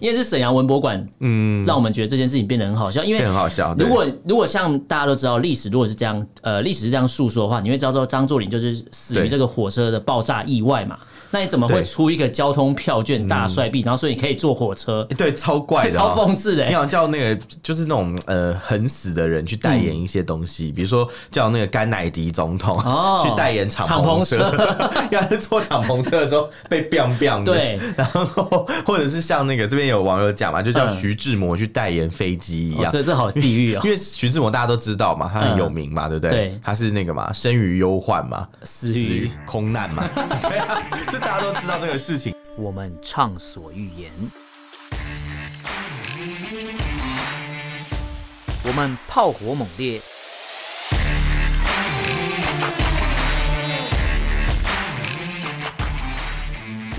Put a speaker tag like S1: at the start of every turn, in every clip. S1: 因为是沈阳文博馆，
S2: 嗯，
S1: 让我们觉得这件事情变得很好笑。因为
S2: 很好笑。对
S1: 如果如果像大家都知道历史，如果是这样，呃，历史是这样述说的话，你会知道说张作霖就是死于
S2: 对
S1: 这个火车的爆炸意外嘛？那你怎么会
S2: 对嗯
S1: 出一个交通票券大帅币，然后所以你可以坐火车？
S2: 对超怪的、
S1: 超
S2: 哦，
S1: 讽刺的、
S2: 你
S1: 欸。
S2: 好像叫那个就是那种呃很死的人去代言一些东西，比如说叫那个甘乃迪总统、
S1: 哦
S2: 去代言敞篷
S1: 敞，
S2: 要是坐敞篷车的时候被 biang biang 的，
S1: 对，
S2: 然后或者是像那个这边有网友讲嘛，就叫
S1: 嗯
S2: 徐志摩去代言飞机一
S1: 哦
S2: 样。
S1: 这这好地狱哦
S2: 因，为徐志摩大家都知道嘛，他很有名嘛，对不
S1: 嗯
S2: 对？
S1: 对
S2: 他是那个嘛，生于忧患嘛，
S1: 死
S2: 死
S1: 于
S2: 于空难嘛， 对啊，就大家都知道这个事情。
S1: 我们畅所欲言；我们炮火猛烈；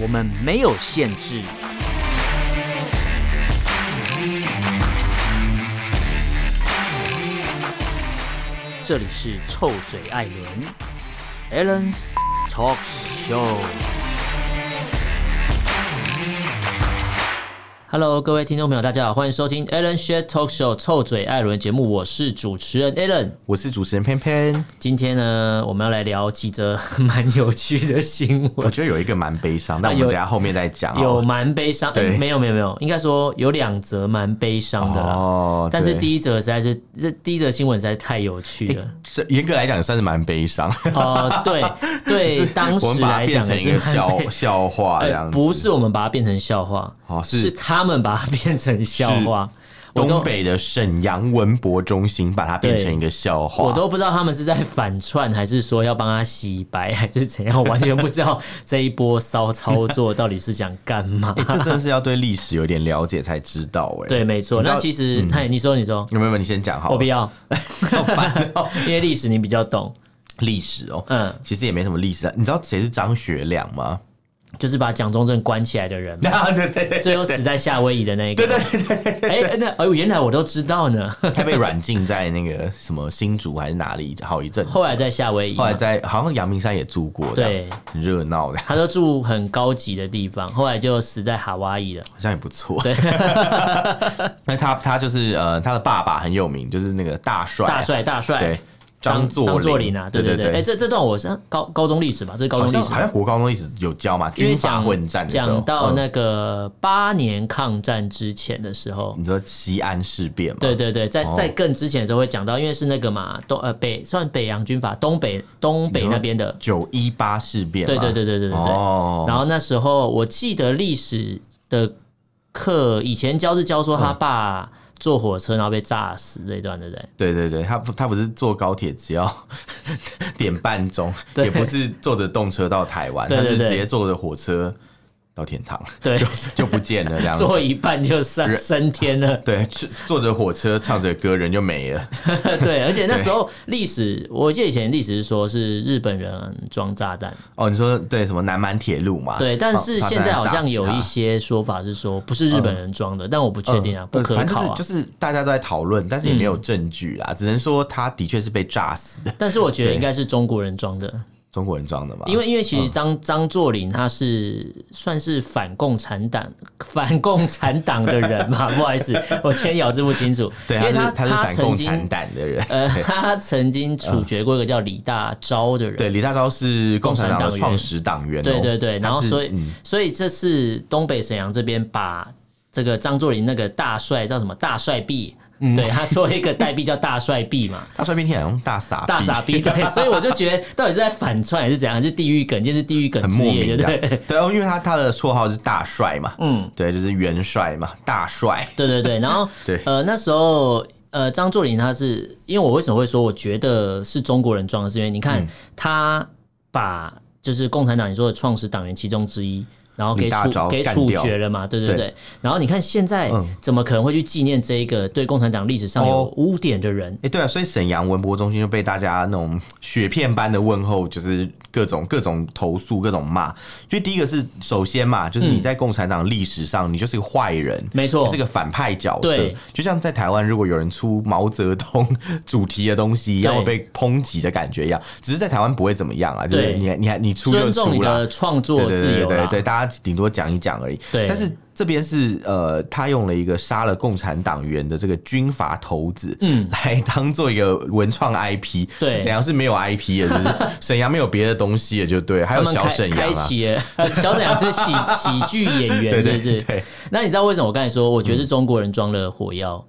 S1: 我们没有限制。这里是臭嘴艾伦 a l l e n s Talk Show。Hello，各位听众朋友，大家好，欢迎收听 Alan s h a t Talk Show 臭嘴艾伦节目，我是主持人 Alan。
S2: 我是主持人偏偏，
S1: 今天呢，我们要来聊几则 蛮有趣的新
S2: 我
S1: 闻，
S2: 觉得有一个蛮悲伤，但我
S1: 啊有
S2: 们等一下后面再讲好了。
S1: 有蛮悲伤，哎、
S2: 对
S1: 没有没有没有，应该说有两则蛮悲伤的啦。
S2: 哦
S1: 但是
S2: 对
S1: 第一则实在是，这第一则新闻实在是太有趣了。
S2: 是严格来讲也算是蛮悲伤，
S1: 呃， 对对，当
S2: 我
S1: 时
S2: 们把它
S1: 来
S2: 变
S1: 讲
S2: 成
S1: 还
S2: 一
S1: 是
S2: 个
S1: 蛮悲
S2: 笑 笑话这样
S1: 呃，
S2: 子。
S1: 不是我们把它变成笑话，
S2: 哦是
S1: 是他们把它变成笑话。我都
S2: 东北的沈阳文博中心把它变成一个笑话，
S1: 我都不知道他们是在反串，还是说要帮他洗白， 还是怎样，我完全不知道这一波骚操作到底是想干嘛。
S2: 欸这真的是要对历史有点了解才知道哎、
S1: 对，没错。
S2: 你知道嗯哦
S1: 那其实，嘿，你说，你说，
S2: 有没有？你先讲好了。
S1: 我不要，
S2: 好烦哦、
S1: 因为历史你比较懂，
S2: 历史哦、
S1: 嗯
S2: 其实也没什么历史啊。你知道谁是张学良吗？
S1: 就是把蒋中正关起来的人嘛，
S2: 啊，对对对，
S1: 最后死在夏威夷的那一个。对对对哎，那哎，原来我都知道呢。
S2: 他被软禁在那个什么新竹还是哪里好一阵子，
S1: 后来在夏威夷嘛，
S2: 后来在好像阳明山也住过，这样
S1: 对，
S2: 很热闹的，
S1: 他都住很高级的地方，后来就死在夏威夷了。
S2: 好像也不错。 那他他就是呃，他的爸爸很有名，就是那个大帅，啊
S1: 大帅，大帅
S2: 对。，张
S1: 张作霖
S2: 霖
S1: 啊，对
S2: 对
S1: 对
S2: 对，
S1: 哎，这这段我是高高中历史吧，这是高中
S2: 好
S1: 历
S2: 像
S1: 史吧
S2: 好。像国高中历史有教嘛，
S1: 因为
S2: 军阀
S1: 讲
S2: 混战的时候，
S1: 讲到
S2: 嗯
S1: 那个八年抗战之前的时候，
S2: 你说西安事变嘛，
S1: 对对对，在
S2: 嗯哦
S1: 在更之前的时候会讲到，因为是那个嘛东呃北算北洋军阀东北东北那边的，
S2: 九一八事变嘛，
S1: 对对对对对对对。
S2: 哦，
S1: 然后那时候我记得历史的课以前教是教说
S2: 嗯
S1: 他爸坐火车然后被炸死这一段，对不对？
S2: 对对对，他不他不是坐高铁只要 点半钟，
S1: 对
S2: 也不是坐着动车到台湾，
S1: 对对
S2: 他
S1: 对
S2: 是直接坐着火车到天堂，
S1: 对
S2: 就就不见了这样子。
S1: 坐一半就上
S2: 啊人
S1: 升天 了。
S2: 对，坐坐着火车唱着歌，人就没 了。
S1: 对，而且那时候历史，我记得以前历史是说是日本人装炸弹，
S2: 哦，你说对什么南满铁路嘛？
S1: 对，但是
S2: 哦
S1: 现在好像有一。
S2: 炸死
S1: 些说法是说不是日本人装的，但我不
S2: 他
S1: 确定啊，不
S2: 呃
S1: 可
S2: 反正
S1: 考啊。嗯
S2: 就是就是大家都在讨论，但是也没有证据啦，只能说他的确是被炸死的，
S1: 但是我觉得
S2: 对
S1: 应该是中国人装的，
S2: 中国人装的吧？
S1: 因为因为其
S2: 嗯
S1: 实张张作霖他是算是反共产党反共产党的人嘛， 不好意思，我先咬字不清楚，
S2: 对，
S1: 因为
S2: 他是
S1: 他
S2: 是反
S1: 曾
S2: 共产
S1: 经
S2: 党的嗯人。
S1: 呃他曾经处决过一个叫李大钊的人，
S2: 对，李大钊是共产党
S1: 共产党
S2: 的
S1: 员
S2: 创始党员哦。
S1: 对对对，
S2: 他
S1: 然后
S2: 是
S1: 所以、
S2: 嗯
S1: 所以这次东北沈阳这边把这个张作霖那个大帅叫什么大帅币，
S2: 嗯
S1: 对他做了一个代币叫大帅币嘛，
S2: 大帅变天好像大傻
S1: 大傻逼，对，所以我就觉得到底是在反串还是怎样，还是地狱梗，就是地狱梗
S2: 很
S1: 之
S2: 莫
S1: 夜，对
S2: 名
S1: 不
S2: 的
S1: 对？。
S2: 对，哦因为他他的绰号是大帅嘛，
S1: 嗯，
S2: 对，就是元帅嘛，大帅。
S1: 对对对，然后
S2: 对
S1: 呃那时候。呃，张作霖他是因为我为什么会说我觉得是中国人装的，是因为你
S2: 嗯
S1: 看、他把就是共产党你说的创始党员其中之一，然后给
S2: 李大
S1: 处
S2: 钊
S1: 给
S2: 干
S1: 处
S2: 掉
S1: 决了嘛，对对对。
S2: 对
S1: 然后你看现在、
S2: 嗯
S1: 怎么可能会去纪念这一个对共产党历史上有
S2: 哦
S1: 污点的人？
S2: 哎、对啊，所以沈阳文博中心就被大家那种雪片般的问候，就是各种各种投诉，各种骂。就第一个是，首先嘛，就是你在共产党历史上，你就是个坏人，
S1: 嗯没错
S2: 你是个反派角色
S1: 对。
S2: 就像在台湾，如果有人出毛泽东 主题的东西一样，
S1: 对
S2: 会被抨击的感觉一样。只是在台湾不会怎么样啊，就是
S1: 对
S2: 你你你出就
S1: 尊重你
S2: 出啦。
S1: 的创
S2: 对
S1: 作
S2: 对
S1: 自
S2: 对
S1: 由
S2: 对
S1: 啦，
S2: 对，大家顶多讲一讲而已。
S1: 对
S2: 但是这边是呃，他用了一个杀了共产党员的这个军阀头子，嗯，来当做一个文创 IP，
S1: 对
S2: 是怎样是没有 IP 的，就是 沈阳没有别的东西了，就对，还
S1: 他
S2: 有
S1: 们
S2: 小
S1: 开
S2: 沈
S1: 开
S2: 阳啊，
S1: 启了， 小沈阳是喜喜剧演员， 是
S2: 对
S1: 不
S2: 对
S1: 是？
S2: 对，嗯
S1: 那你知道为什么我刚才说，我觉得是中国人装了火药，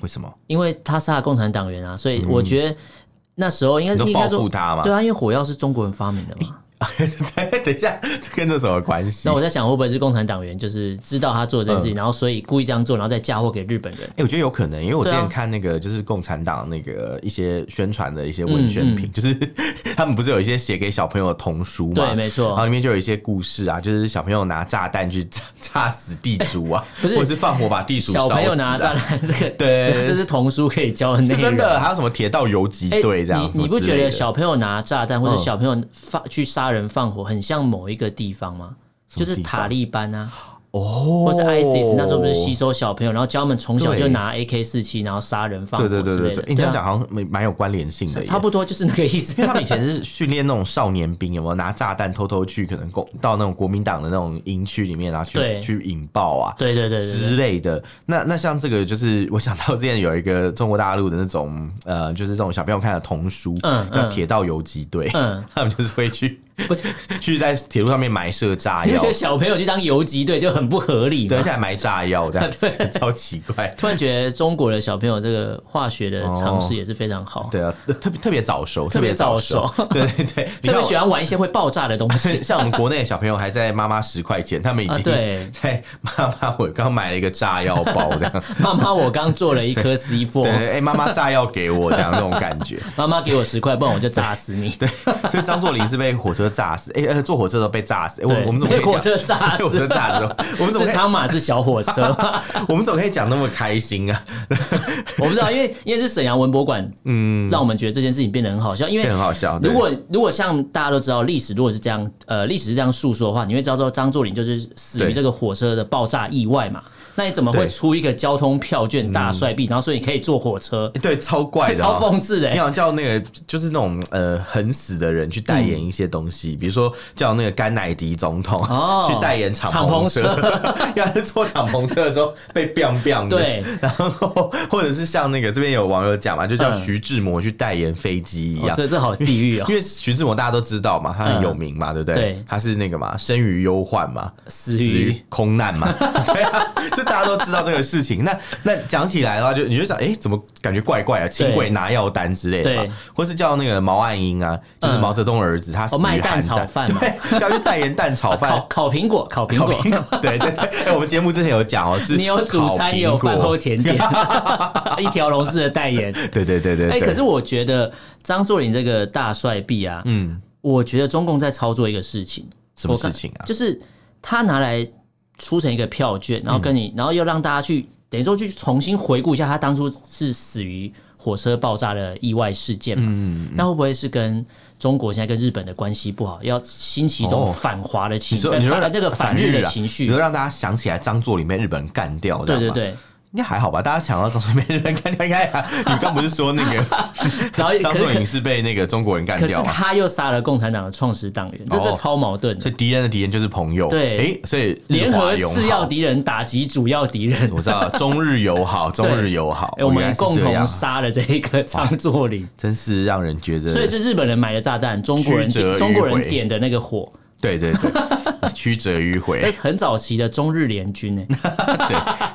S2: 为什么？
S1: 因为他杀了共产党员啊，所以我觉得那时候应该
S2: 嗯你说
S1: 应该
S2: 报复
S1: 说
S2: 他吗
S1: 对啊，因为火药是中国人发明的嘛。
S2: 等一下，这跟这什么关系？
S1: 那
S2: 哎、
S1: 我在想，会不会是共产党员就是知道他做的这件
S2: 嗯
S1: 事情，然后所以故意这样做，然后再嫁祸给日本人？
S2: 欸我觉得有可能，因为我之
S1: 对啊
S2: 前看那个就是共产党那个一些宣传的一些
S1: 嗯
S2: 文宣品，就是 他们不是有一些写给小朋友的童书嘛？
S1: 对，没
S2: 然后
S1: 错。
S2: 里面就有一些故事啊，就是小朋友拿炸弹去 炸炸死地主啊，
S1: 哎不是
S2: 或者是放火把地主烧
S1: 小
S2: 死、啊。
S1: 朋友拿炸弹，这个
S2: 对
S1: 这是童书可以教的内
S2: 是
S1: 容。
S2: 真的，还有什么铁道游击
S1: 哎
S2: 队这样、什
S1: 你
S2: 么
S1: 你不
S2: 之
S1: 觉
S2: 类
S1: 得
S2: 的
S1: 小朋友拿炸弹或者
S2: 嗯
S1: 小朋友放、去杀人放火，很像某一个地方吗？
S2: 什
S1: 就
S2: 么
S1: 是
S2: 地方
S1: 塔利班啊，
S2: 哦，
S1: 或是 ISIS，那时候不是吸收小朋友，然后教他们从小
S2: 对
S1: 就拿 AK 四七，然后杀人放火
S2: 对对对
S1: 之
S2: 对
S1: 类的。
S2: 对，你这样
S1: 对
S2: 讲
S1: 啊
S2: 好像蛮蛮有关联性的耶，
S1: 差不多就是那个意 思
S2: 因为。他们以前是训练那种少年兵，有没有拿炸弹偷偷去，可能共到那种国民党的那种营区里面，然后
S1: 对
S2: 去去引爆啊。
S1: 对对对对对
S2: 之类的，那那像这个就是我想到之前有一个中国大陆的那种呃，就是这种小朋友看的童书，
S1: 嗯
S2: 叫
S1: 嗯
S2: 《铁道游击队》，
S1: 嗯
S2: 他们就是会去
S1: 不是，
S2: 去在铁路上面埋设炸
S1: 你不
S2: 药
S1: 觉，得小朋友去当游击队就很不合理
S2: 对，
S1: 吗
S2: 而且？还埋炸药这 样子，超奇怪，
S1: 突然觉得中国的小朋友这个化学的常识也是非常好，
S2: 对啊，特别特别早熟，
S1: 特别
S2: 早
S1: 早熟，
S2: 对对对，你
S1: 特
S2: 看
S1: 别
S2: 我。
S1: 喜欢玩一些会爆炸的东西
S2: 像我们国内的小朋友还在妈妈十块钱，他们已
S1: 啊对
S2: 经 在妈妈我刚买了一个炸药包 这样，
S1: 妈妈，我刚做了一颗 C
S2: 对，
S1: four，
S2: 哎、妈妈炸药给我这样那种感觉。
S1: 妈妈给我十块，不然我就炸死你。
S2: 所以张作霖是被火车炸死，哎、呃，坐火车的时候被炸死，哎、
S1: 对
S2: 我我们怎么可
S1: 被
S2: 以
S1: 火
S2: 讲
S1: 车炸死
S2: 被火车炸死，我们怎么
S1: 是
S2: 可以
S1: 汤马是小火车 吗，
S2: 我们怎么可以讲那么开心啊？
S1: 我不知道，因为因为是沈阳文博馆，嗯，让我们觉得这件事情变得很好笑，因为
S2: 变得很好笑对
S1: 如果如果像大家都知道历史，如果是这样，呃，历史是这样述说的话，你会知道说张作霖就是死于
S2: 对
S1: 这个火车的爆炸意外嘛。那你怎么会
S2: 对
S1: 出一个交通票券大帅币，然后所以你可以坐火车？哎
S2: 对，超怪嗯的、
S1: 超
S2: 哦。
S1: 讽刺的、欸
S2: 你好像叫那个就是那种呃很死的人去代言
S1: 嗯
S2: 一些东西，比如说叫那个甘乃迪总统、
S1: 哦
S2: 去代言敞篷
S1: 敞
S2: 要是坐敞篷车的时候被 biang biang 的，
S1: 对，
S2: 然后或者是像那个这边有网友讲嘛，就叫
S1: 嗯
S2: 徐志摩去代言飞机一
S1: 哦
S2: 样。
S1: 这这好地狱哦
S2: 因，为徐志摩大家都知道嘛，他很有名嘛，对不对？
S1: 对
S2: 他是那个嘛，生于忧患嘛，
S1: 死于
S2: 空难嘛， 对啊，就大家都知道这个事情。那那讲起来的话，就你就想，哎、怎么感觉怪怪啊？轻轨拿药单之类的
S1: 对
S2: 嘛，或是叫那个毛岸英啊，就是
S1: 嗯
S2: 毛泽东儿子，他死
S1: 哦卖
S2: 于
S1: 蛋
S2: 寒
S1: 炒
S2: 战，
S1: 饭嘛
S2: 对，叫去代言蛋 炒饭
S1: 烤。烤苹果，烤苹
S2: 烤
S1: 果，
S2: 苹果，对对对，哎我们节目之前有讲哦，是
S1: 你有主
S2: 烤苹
S1: 餐也有饭
S2: 果
S1: 后甜点， 一条龙式的代言。
S2: 对对对对
S1: 哎、
S2: 对。
S1: 可是我觉得张作霖这个大帅币啊，
S2: 嗯，
S1: 我觉得中共在操作一个事情，
S2: 什么
S1: 我看
S2: 事情啊？
S1: 就是他拿来出成一个票券，然后跟
S2: 嗯
S1: 你，然后又让大家去等于说去重新回顾一下他当初是死于火车爆炸的意外事件
S2: 嗯
S1: 嘛。那会不会是跟中国现在跟日本的关系不好，要兴起一种
S2: 哦
S1: 反华的情
S2: 你
S1: 绪、
S2: 说你说
S1: 反这个反日的
S2: 啊
S1: 情
S2: 你
S1: 绪
S2: 说？让大家想起来张作霖被日本人干掉，
S1: 对
S2: 这样
S1: 对
S2: 吗，
S1: 对，
S2: 应该还好吧？大家想到张作霖被日本人干掉，应该还好 你刚不是说那个
S1: 然后
S2: 张
S1: 可是
S2: 作霖
S1: 可
S2: 是被那个中国人干
S1: 可是
S2: 掉吗？
S1: 他又杀了共产党的创始党员，这这
S2: 哦
S1: 超矛盾
S2: 所
S1: 的
S2: 以。敌人的敌人就是朋友，
S1: 对
S2: 哎，所以日
S1: 联
S2: 华
S1: 合
S2: 友好
S1: 次要，敌人，打击主要敌人。
S2: 我知道中日 友好，中日友好
S1: 哎、，我
S2: 哦原
S1: 们
S2: 来是
S1: 共
S2: 这
S1: 同
S2: 样
S1: 杀了这一个张作霖。
S2: 真是让人觉得，
S1: 所以是日本人买的炸弹，中国人
S2: 曲折迂回
S1: 中国人点的那个火，
S2: 对对 对，曲折迂
S1: 那
S2: 回，
S1: 很早期的中日联军 呢、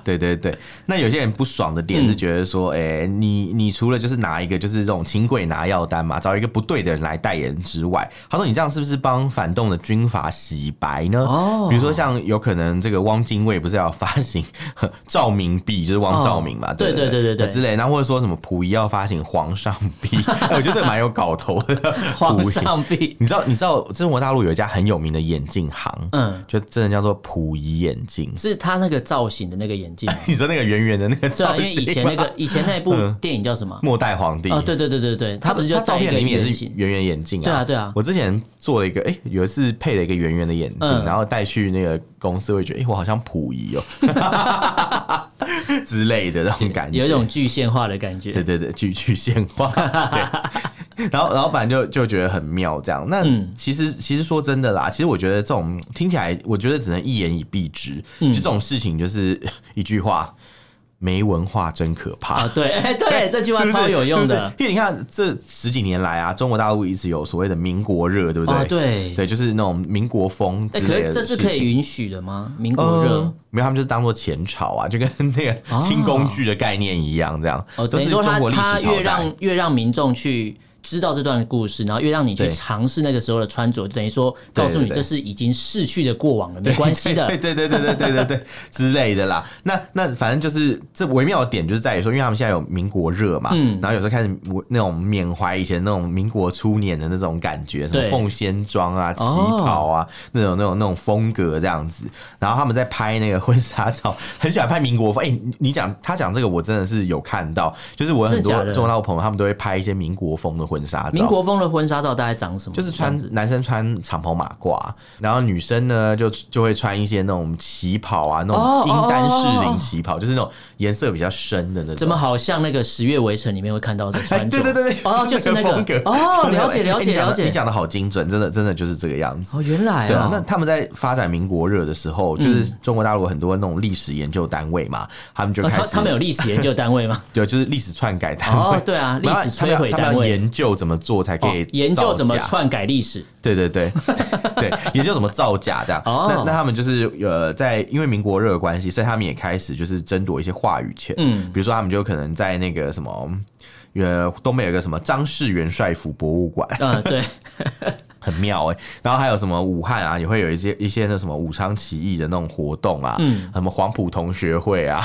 S2: 对对对，那有些人不爽的
S1: 嗯
S2: 点是觉得说，哎、你你除了就是拿一个就是这种轻轨拿药单嘛，找一个不对的人来代言之外，他说你这样是不是帮反动的军阀洗白呢？
S1: 哦
S2: 比如说像有可能这个汪精卫不是要发行 照明币，就是汪兆铭嘛，
S1: 哦
S2: 对呃
S1: 对对对对对
S2: 之类，那或者说什么溥仪要发行皇上币， 哎我觉得这个蛮有搞头 的，
S1: 皇
S2: 溥仪
S1: 上币，
S2: 你知道，你知道中国大陆有一家很有名的眼镜行，
S1: 嗯，
S2: 就真的叫做溥仪眼镜。
S1: 是他那个造型的那个眼 镜，
S2: 你说那个圆圆的那个
S1: 对啊，
S2: 造
S1: 因
S2: 型嗯
S1: 为
S2: 吗，
S1: 以前那个以前那 部电影叫什么？
S2: 末代皇帝
S1: 哦，对对对对对，他不是就
S2: 他照
S1: 戴一
S2: 片
S1: 个
S2: 里面也
S1: 圆
S2: 是
S1: 形
S2: 圆圆眼镜啊？
S1: 对啊对啊
S2: 我之前做了一个，哎、有一次配了一个圆圆的眼镜，
S1: 嗯
S2: 然后带去那个公司，会觉得，哎、我好像溥仪哦、 之类的那种感觉，
S1: 有一种具现化的感觉
S2: 对。对对，具具现化。对，然后然后反正就就觉得很妙这样。那
S1: 嗯
S2: 其实其实说真的啦，其实我觉得这种听起来，我觉得只能一言以蔽之，
S1: 嗯
S2: 就这种事情就是 一句话，没文化真可怕。
S1: 啊，对，哎， 对，这句话
S2: 是不是
S1: 超有用
S2: 是不
S1: 的
S2: 是因为你看这十几年来啊，中国大陆一直有所谓的民国热，对不对？
S1: 啊，对。
S2: 对，就是那种民国风之
S1: 哎，可是
S2: 类的事情。
S1: 这是可以允许的吗？民国热
S2: 嗯，没有，他们就是当做前朝啊，就跟那个清工具的概念一样，这样。
S1: 哦，
S2: 都
S1: 等于
S2: 是
S1: 说
S2: 中
S1: 他
S2: 国历
S1: 他
S2: 史朝
S1: 越
S2: 代。
S1: 让越让民众去知道这段故事，然后越让你去
S2: 对
S1: 尝试那个时候的穿着，等于说告诉
S2: 对
S1: 你
S2: 对对
S1: 这是已经逝去的过往了，没关系
S2: 对
S1: 的。
S2: 对对对对对对 对之类的啦。那那反正就是这微妙的点，就是在于说，因为他们现在有民国热嘛，
S1: 嗯
S2: 然后有时候开始那种缅怀以前那种民国初年的那种感觉，什么
S1: 对
S2: 凤仙装啊、旗
S1: 哦
S2: 袍啊、那种那种那种风格这样子。然后他们在拍那个婚纱照，很喜欢拍民国风。哎、你你讲他讲这个，我真的是有看到，就是我很
S1: 真的
S2: 多
S1: 假的
S2: 中国大陆朋友，他们都会拍一些民国风的婚纱照。
S1: 民国风的婚纱照大概长什么样
S2: 就
S1: 子？
S2: 是穿男生穿长袍马褂，然后女生呢就就会穿一些那种旗袍啊，那
S1: 哦
S2: 种英丹
S1: 哦
S2: 士
S1: 哦哦
S2: 领旗袍，就是那种颜色比较深的那种。
S1: 怎么？好像那个《十月围城》里面会看到的
S2: 哎，
S1: 穿着？
S2: 对对对对，
S1: 哦，就是那
S2: 风格
S1: 个哦，
S2: 就是那
S1: 了
S2: 个
S1: 解
S2: 哎
S1: 了
S2: 你
S1: 解
S2: 讲
S1: 了
S2: 得你
S1: 解。
S2: 讲的好精准，真的真的就是这个样子。
S1: 哦，原来
S2: 对啊，那
S1: 哦，
S2: 他们在发展民国热的时候，就是中国大陆有很多那种历史研究单位嘛，他们就
S1: 嗯哦
S2: 开
S1: 他
S2: 始
S1: 他们有历史研究单位吗？
S2: 对，就是历史篡改单位
S1: 哦，。对啊，历
S2: 然后
S1: 史
S2: 他们
S1: 摧
S2: 要
S1: 毁
S2: 他们
S1: 单
S2: 要
S1: 位，
S2: 研究怎么做才可以、
S1: 哦研究怎么篡改历史。
S2: 对 对对对，研究怎么造假这样。
S1: 哦
S2: 那那他们就是呃，在因为民国热的关系，所以他们也开始就是争夺一些话语权。
S1: 嗯，
S2: 比如说他们就可能在那个什么。呃，东北有个什么张氏元帅府博物馆，
S1: 嗯，对，
S2: 很妙哎、然后还有什么武汉啊，也会有一些一些那什么武昌起义的那种活动啊，
S1: 嗯
S2: 什么黄埔同学 会啊，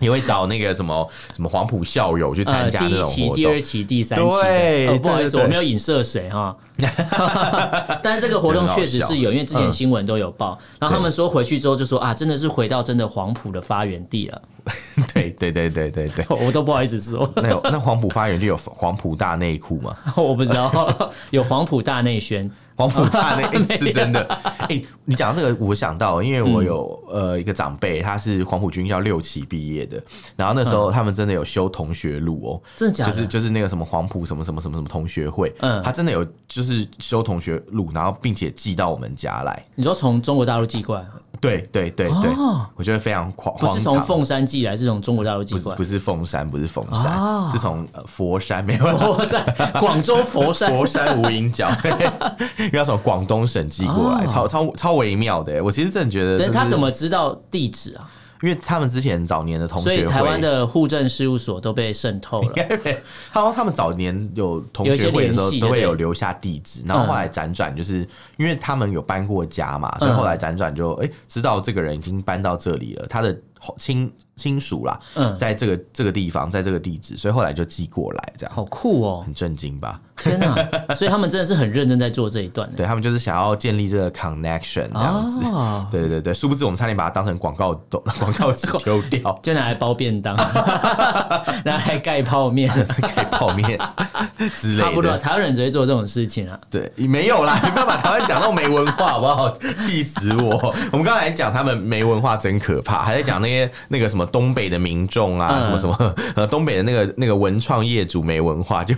S2: 也会找那个什么什么黄埔校友去参
S1: 呃，
S2: 加
S1: 第
S2: 那
S1: 一
S2: 种
S1: 期、
S2: 活
S1: 第
S2: 动
S1: 二。期、第三期这样。
S2: 对
S1: 哦不好意思，
S2: 对对对
S1: 我没有影射谁 哈。 但是这个活动确实是有，因为之前新闻都有报，
S2: 嗯
S1: 然后他们说回去之后就说啊，真的是回到真的黄埔的发源地了，
S2: 对对对对对对，
S1: 我都不好意思说，
S2: 那有那黄埔发源就有黄埔大内裤吗？
S1: 我不知道 有黄埔大内宣，
S2: 黄埔大内、 欸、
S1: 啊
S2: 是真的。哎、你讲到这个，我想到，因为
S1: 嗯
S2: 我有、呃一个长辈，他是黄埔军校六期毕业的，然后那时候他们真的有修同学录哦、
S1: 嗯真的假
S2: 就是
S1: 的？
S2: 就是那个什么黄埔什么什么什么什么同学会，
S1: 嗯
S2: 他真的有就是修同学录，然后并且寄到我们家来，
S1: 你说从中国大陆寄过来，
S2: 对对对对，
S1: 哦
S2: 我觉得非常狂，
S1: 不是
S2: 荒
S1: 从
S2: 唐
S1: 凤山寄来，是从中国大陆寄
S2: 不是
S1: 过来
S2: 不。是凤山，不是凤山，
S1: 哦
S2: 是从、呃佛山，没有啦
S1: 佛山， 广州佛山，
S2: 佛山无 影脚，因为要从广东省寄过来，
S1: 哦
S2: 超超超微妙的欸。我其实真的觉得，
S1: 等他怎？么知道地址啊？
S2: 因为他们之前早年的同学
S1: 所
S2: 会，
S1: 以台湾的户政事务所都被渗透 了。
S2: 他 说他们早年有同学会的时
S1: 有一些联
S2: 候，
S1: 系
S2: 都会
S1: 对嗯
S2: 有留下地址，然后后来辗转，就是因为他们有搬过家嘛，所以
S1: 嗯
S2: 后来辗转就哎、知道这个人已经搬到这里了，他的后亲亲属啦，
S1: 嗯，
S2: 在这个这个地方，在这个地址，所以后来就寄过来，这样
S1: 好酷哦！
S2: 很震惊吧？
S1: 天哪、啊 所以他们真的是很认真在做这一段欸。
S2: 对他们就是想要建立这个 connection 这样子。
S1: 哦，
S2: 对对对，殊不知我们差点把它当成广告抖 广告词丢 掉，
S1: 就拿来包便 当，拿来盖泡面，
S2: 盖泡面之
S1: 差
S2: 类
S1: 不多。啊
S2: 的。
S1: 台湾人只会做这种事情啊。
S2: 对，没有啦，你不要把台湾讲到没文化好不好？气死我！我们刚才讲他们没文化真可怕，还在讲 那些那个什么东北的民众啊，
S1: 嗯
S2: 什么什么 呃东北的那个那个文创业主没文化，就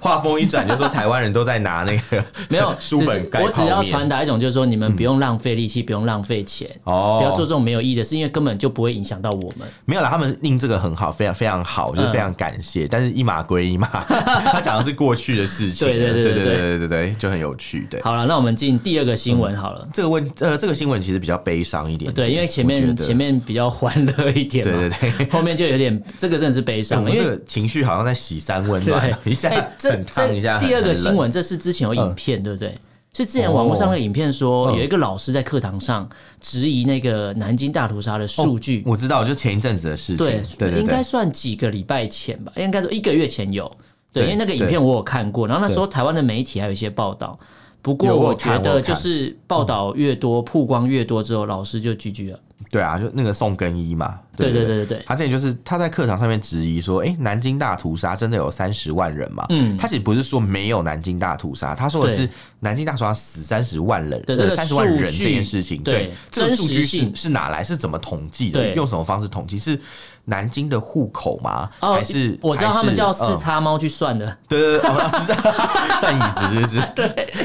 S2: 话锋一转就说台湾人都在拿那个
S1: 没有，
S2: 书
S1: 只
S2: 本
S1: 是
S2: 盖
S1: 我只
S2: 泡
S1: 要传
S2: 面嗯
S1: 达一种，就是说你们不用浪费力气，不用浪费钱，
S2: 哦，
S1: 不要做这种没有意义的事，因为根本就不会影响到我们。
S2: 没有啦，他们印这个很好，非常非常好，就是非常感谢。但是一码归一码，他讲的是过去的事情，
S1: 对对对
S2: 对
S1: 对
S2: 对
S1: 对
S2: 对对对就很有趣。对，
S1: 好了，那我们进第二个新闻好了。
S2: 这个问呃这个新闻其实比较悲伤一点点，
S1: 对，因为前
S2: 嗯我
S1: 面
S2: 觉得
S1: 前面比较欢乐一点嘛，
S2: 对对对，
S1: 后面就有点这个真的是悲
S2: 我
S1: 伤，
S2: 们
S1: 因
S2: 这
S1: 为
S2: 个情绪好像在洗三温暖
S1: 对，，
S2: 一下
S1: 哎这
S2: 很烫，
S1: 这
S2: 一下很
S1: 第二个新，
S2: 很冷嗯
S1: 闻，这是之前有影片，对不对？是之前网络上的影片说，
S2: 哦嗯
S1: 有一个老师在课堂上质疑那个南京大屠杀的数据。
S2: 我知道，就前一阵子的事情，
S1: 对
S2: 对，哦对
S1: 应该
S2: 对，
S1: 算几个礼拜前吧，应该说一个月前有。对，因
S2: 对
S1: 为那个影片我有看过，然后那时候台湾的媒体还有一些报道。不过
S2: 有我有
S1: 觉
S2: 看我
S1: 得
S2: 有看嗯
S1: 就是报道越多、曝光越多之后，老师就 GG 了。
S2: 对啊，就那个宋更一嘛，
S1: 对
S2: 对
S1: 对对对对
S2: 他之前就是他在课堂上面质疑说，哎、南京大屠杀真的有三十万人吗？
S1: 嗯
S2: 他其实不是说没有南京大屠杀，他说的
S1: 对
S2: 是南京大屠杀死三十万人，呃
S1: 对这个
S2: 三十万人
S1: 数据
S2: 这件事情，
S1: 对
S2: 对，这个
S1: 真
S2: 数
S1: 实
S2: 据是
S1: 性
S2: 是哪来？是怎么统计的？
S1: 对
S2: 用什么方式统计？是南京的户口吗？
S1: 哦
S2: 还是
S1: 我知道他们叫四
S2: 嗯
S1: 叉猫去算的，
S2: 对对对，哦是这样 算椅子是不是？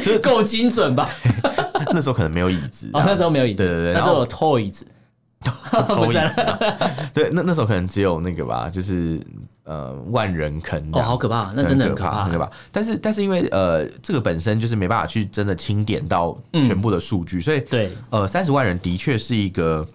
S1: 对，够精准吧？
S2: 那时候可能没有椅子
S1: 哦，那时候没有椅子，
S2: 对对对
S1: 那时
S2: 然后
S1: 候有 toys，
S2: 偷
S1: 不
S2: 椅
S1: 是啊
S2: 子嘛，对，那那时候可能只有那个吧，就是呃万人坑这
S1: 哦，
S2: 样子
S1: 好可怕，那真的
S2: 很
S1: 很可
S2: 怕，
S1: 怕
S2: 很可。怕。但是但是因为呃，这个本身就是没办法去真的清点到全部的数据，所以
S1: 嗯对，
S2: 呃，三十万人的确是一个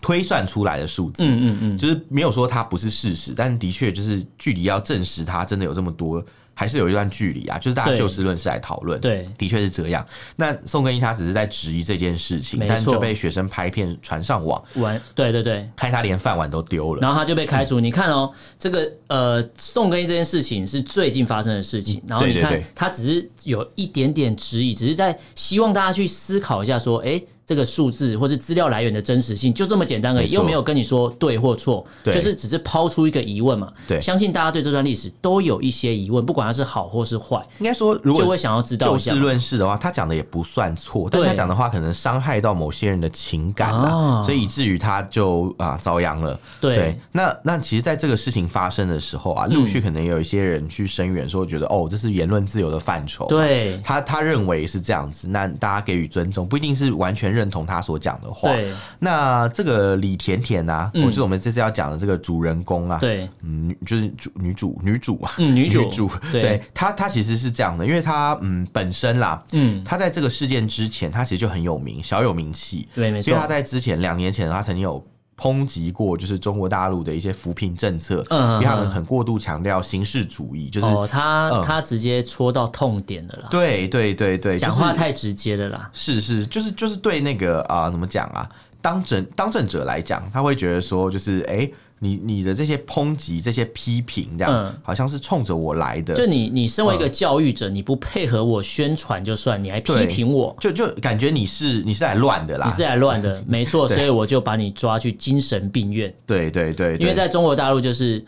S2: 推算出来的数字，
S1: 嗯嗯嗯，
S2: 就是没有说它不是事实，但的确就是距离要证实它真的有这么多，还是有一段距离啊。就是大家
S1: 对
S2: 就事论事来讨论，
S1: 对
S2: 的确是这样。那宋根一他只是在质疑这件事情，
S1: 没
S2: 但就
S1: 错
S2: 被学生拍片传上网，
S1: 玩，对对对，
S2: 害他连饭碗都丢了。
S1: 然后他就被开除。你看哦，这个呃，宋更一这件事情是最近发生的事情。然后
S2: 嗯
S1: 你
S2: 对对
S1: 看
S2: 对，
S1: 他只是有一点点质疑，只是在希望大家去思考一下，说，哎，这个数字或是资料来源的真实性，就这么简单而
S2: 没
S1: 已，
S2: 错
S1: 又没有跟你说对或错，
S2: 对
S1: 就是只是抛出一个疑问嘛。
S2: 对
S1: 相信大家对这段历史都有一些疑问，不管它是好或是坏，
S2: 应该说，如果
S1: 就会想要知道
S2: 就
S1: 一下
S2: 事
S1: 嘛。
S2: 论事的话，他讲的也不算错，但
S1: 对
S2: 他讲的话可能伤害到某些人的情感啊，
S1: 啊
S2: 所以以至于他就啊遭殃了。
S1: 对嗯
S2: 那那其实，在这个事情发生的时候啊，陆续可能有一些人去声援，说觉得哦，这是言论自由的范畴。
S1: 对
S2: 他他认为是这样子，那大家给予尊重，不一定是完全认同他所讲的话。
S1: 对
S2: 那这个李甜甜啊，我、
S1: 嗯
S2: 就是我们这次要讲的这个主人公啊，
S1: 对，
S2: 嗯，女就是主女主女主啊，
S1: 嗯，女主，对
S2: 对她她其实是这样的，因为她嗯本身啦，
S1: 嗯，
S2: 她在这个事件之前，她其实就很有名，小有名气，
S1: 对，没
S2: 因为
S1: 错，
S2: 她在之前两年前，她曾经有。抨击过就是中国大陆的一些扶贫政策，
S1: 嗯
S2: 因为他们很过度强调形式主义，就是、
S1: 哦，他、
S2: 嗯
S1: 他直接戳到痛点了啦，
S2: 对对对对，
S1: 讲
S2: 就是
S1: 话太直接了啦。
S2: 是是，就是就是对那个啊、怎么讲啊？当政当政者来讲，他会觉得说，就是哎、诶你你的这些抨击、这些批评，这样、
S1: 嗯
S2: 好像是冲着我来的，
S1: 就你，你身为
S2: 嗯
S1: 一个教育者，你不配合我宣传就算，你还批评我，
S2: 就就感觉你是你是来乱的啦，
S1: 你是来乱 的，没错，
S2: 啊对
S1: 所以我就把你抓去精神病院，
S2: 对对对对，嗯
S1: 因为在中国大陆就是。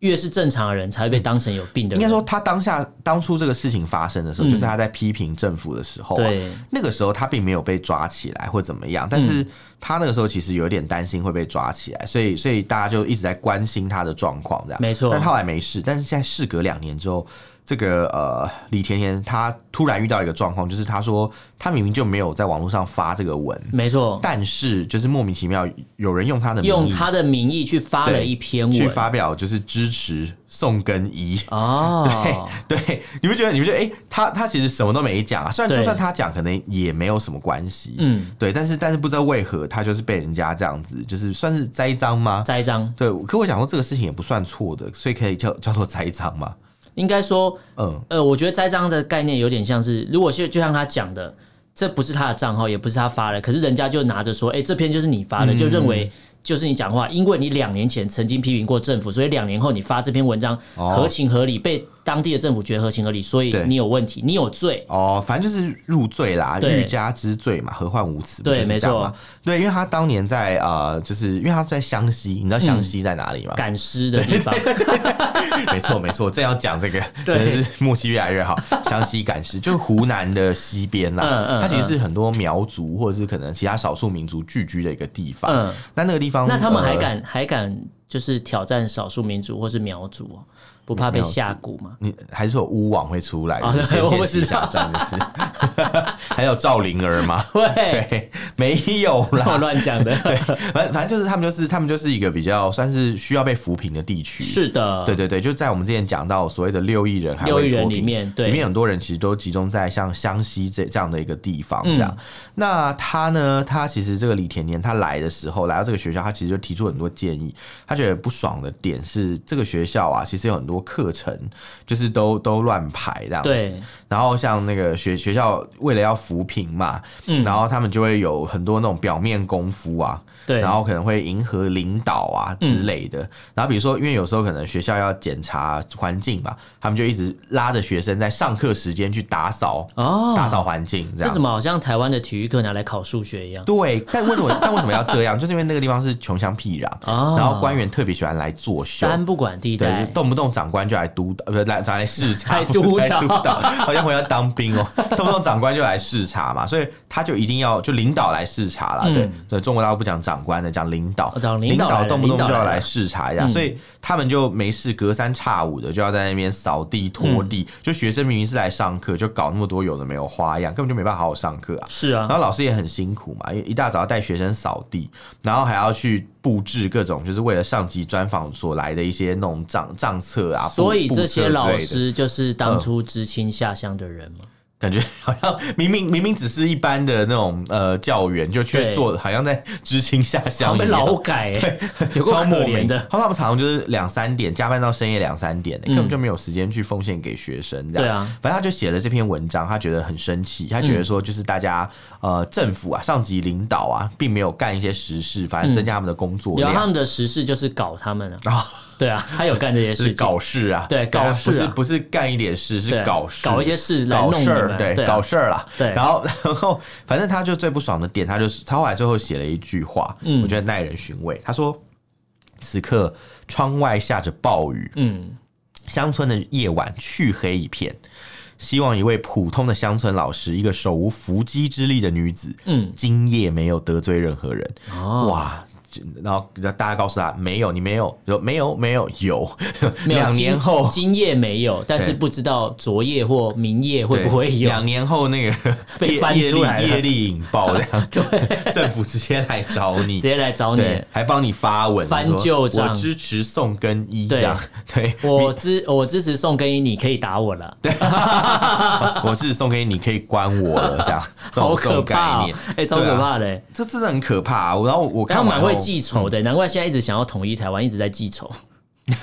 S1: 越是正常的人才会被当成有病的
S2: 应
S1: 人，
S2: 该说他当下当初这个事情发生的时候，就是他在批评政府的时候、啊，
S1: 嗯对嗯
S2: 那个时候他并没有被抓起来或怎么样，但是他那个时候其实有点担心会被抓起来，所以所以大家就一直在关心他的状况，这样
S1: 没错
S2: 但后来没事，但是现在事隔两年之后。这个呃，李甜甜她突然遇到一个状况，就是她说她明明就没有在网络上发这个文，
S1: 没错，
S2: 但是就是莫名其妙有人用她的名义
S1: 用他的名义去发了
S2: 对
S1: 一篇
S2: 去
S1: 文，
S2: 发表就是支持宋更一，
S1: 哦，
S2: 对，你不觉得？你不觉得？哎、他他其实什么都没讲啊，虽然
S1: 对
S2: 就算他讲，可能也没有什么关系。
S1: 嗯，
S2: 对，但是但是不知道为何他就是被人家这样子，就是算是栽赃吗？
S1: 栽赃，
S2: 对，可我想说这个事情也不算错的，所以可以叫叫做栽赃嘛。
S1: 应该说
S2: 嗯，
S1: 呃，我觉得栽赃的概念有点像是，如果是就像他讲的，这不是他的账号，也不是他发的，可是人家就拿着说，哎、这篇就是你发的，就认
S2: 嗯
S1: 为就是你讲话，因为你两年前曾经批评过政府，所以两年后你发这篇文章
S2: 哦
S1: 合情合理，被当地的政府觉得合情合理，所以
S2: 对
S1: 你有问题，你有罪。
S2: 哦，反正就是入罪啦，
S1: 对
S2: 欲加之罪嘛，何患无辞？
S1: 对
S2: 不就是这样吗
S1: 没？
S2: 对，因为他当年在呃，就是因为他在湘西，你知道
S1: 嗯
S2: 湘西在哪里吗？
S1: 赶尸的地方，
S2: 没错，没错，正要讲这个，
S1: 对
S2: 真是默契越来越好。湘西赶尸就是湖南的西边啦，
S1: 嗯嗯
S2: 它其实是很多苗族或者是可能其他少数民族聚居的一个地方。
S1: 嗯
S2: 那那个地方，
S1: 那他们还
S2: 呃
S1: 敢、还敢就是挑战少数民族或是苗族哦，不怕被下蛊 吗？
S2: 你还是有巫网会出来，
S1: 啊
S2: 就是仙
S1: 我
S2: 剑
S1: 不
S2: 奇
S1: 知
S2: 侠
S1: 道
S2: 传就是， 还有赵灵儿吗？
S1: 对，
S2: 对，没有
S1: 我
S2: 啦。
S1: 乱讲的，
S2: 反反正就是他们就是他们就是一个比较算是需要被扶贫的地区。
S1: 是的，
S2: 对对对，就在我们之前讲到所谓的六亿人还
S1: 嗯六
S2: 未
S1: 亿人
S2: 脱
S1: 里
S2: 贫
S1: 面对
S2: 里面很多人其实都集中在像湘西这这样的一个地方
S1: 嗯
S2: 这样。那他呢，他其实这个李甜甜他来的时候，来到这个学校，他其实就提出很多建议。他觉得不爽的点是，这个学校啊，其实有很多课程就是都都乱排这样子。
S1: 嗯对，
S2: 然后像那个学学校为了要扶贫嘛，
S1: 嗯
S2: 然后他们就会有很多那种表面功夫啊，
S1: 对，
S2: 然后可能会迎合领导啊之类的。然后比如说，因为有时候可能学校要检查环境嘛，他们就一直拉着学生在上课时间去打扫、
S1: 哦，
S2: 打扫环境，这
S1: 这
S2: 样
S1: 怎。么好像台湾的体育课拿来考数学一样
S2: 对，但为什么？但为什么要这样？ 就是因为那个地方是穷乡僻壤，
S1: 啊？
S2: 然后官员特别喜欢来作秀，
S1: 三不管地
S2: 对，
S1: 带
S2: 就，动不动长官就来督导，不 是来来视察，
S1: 来督导
S2: 来督导， 好像我要当 兵哦，动不动长官就来视察嘛，所以他就一定要就领导来视察啦。
S1: 嗯
S2: 对，所以中国大陆不讲长官的，讲领导，
S1: 哦讲领导来了
S2: 动不动就
S1: 领导来
S2: 要
S1: 嗯
S2: 来
S1: 了
S2: 视察一下，所以他们就没事隔三差五的就要在那边扫地拖地，
S1: 嗯
S2: 就学生明明是来上课，就搞那么多有的没有花样，根本就没办法好好上课啊。
S1: 是啊
S2: 然，后老师也很辛苦嘛，因为一大早要带学生扫地，然后还要去布置各种就是为了上级专访所来的一些那种账账册啊，
S1: 所以
S2: 布布
S1: 这
S2: 册
S1: 些
S2: 之类
S1: 老
S2: 的
S1: 师就是当初知青下乡的人
S2: 嗯
S1: 嘛。
S2: 感觉好像明明明明只是一般的那种呃教员，就却
S1: 对
S2: 做好像在知青下
S1: 常
S2: 乡一
S1: 被
S2: 样，
S1: 劳改、 欸，有够
S2: 超
S1: 可
S2: 莫
S1: 怜
S2: 名
S1: 的。。嗯
S2: 他们常常就是两三点加班到深夜两三点、根本就没有时间去奉献给学生。这样
S1: 对啊，
S2: 反正他就写了这篇文章，他觉得很生气，他觉得说就是大家、
S1: 嗯
S2: 呃政府啊上级领导啊并没有干一些实事，反正增加他们的工作
S1: 然啊后他
S2: 量。
S1: 们的实事就是搞他们啊，
S2: 然后
S1: 对啊，他有干这些
S2: 就
S1: 事
S2: 哦是
S1: 情，
S2: 搞事啊，
S1: 对
S2: 他
S1: 搞事啊
S2: 不是不是干一点事，
S1: 对
S2: 是
S1: 啊
S2: 搞事，
S1: 搞一些事来
S2: 搞
S1: 弄你
S2: 事儿，
S1: 们，
S2: 对，
S1: 啊
S2: 搞事儿啦。
S1: 对
S2: 然后 然后反正他就最不爽的点，他就是他后来最后写了一句话，
S1: 嗯
S2: 我觉得耐人寻味。他说：“此刻窗外下着暴雨，
S1: 嗯，
S2: 乡村的夜晚黢黑一片。”希望一位普通的乡村老师，一个手无缚鸡之力的女子，
S1: 嗯，
S2: 今夜没有得罪任何人，
S1: 哦，
S2: 哇！就然后大家告诉他没有，你没有，说没有，没有，有。
S1: 没有
S2: 两
S1: 今
S2: 年后，
S1: 今夜没有，但是
S2: 对
S1: 不知道昨夜或明夜会不会
S2: 对
S1: 有
S2: 两年后那个
S1: 被
S2: 业
S1: 翻
S2: 业
S1: 出来
S2: 力
S1: 了
S2: 业力引爆这 样？对，政府直接来找
S1: 直
S2: 你。
S1: 接来找你
S2: 对。，还帮你发文
S1: 翻
S2: 说
S1: 旧账
S2: 我支持宋更一
S1: 对
S2: 这样，对，
S1: 我支我支持宋更一，你可以打我了，
S2: 我支持宋更一，你可以关我了这样，这
S1: 好
S2: 种这
S1: 可
S2: 种概
S1: 怕哦
S2: 念，！
S1: 哎，超
S2: 对啊
S1: 可怕的欸，
S2: 这真的很可怕啊。我然后我
S1: 他
S2: 看
S1: 蛮
S2: 完
S1: 会
S2: 后嗯
S1: 记仇的，难怪现在一直想要统一台湾，一直在记仇。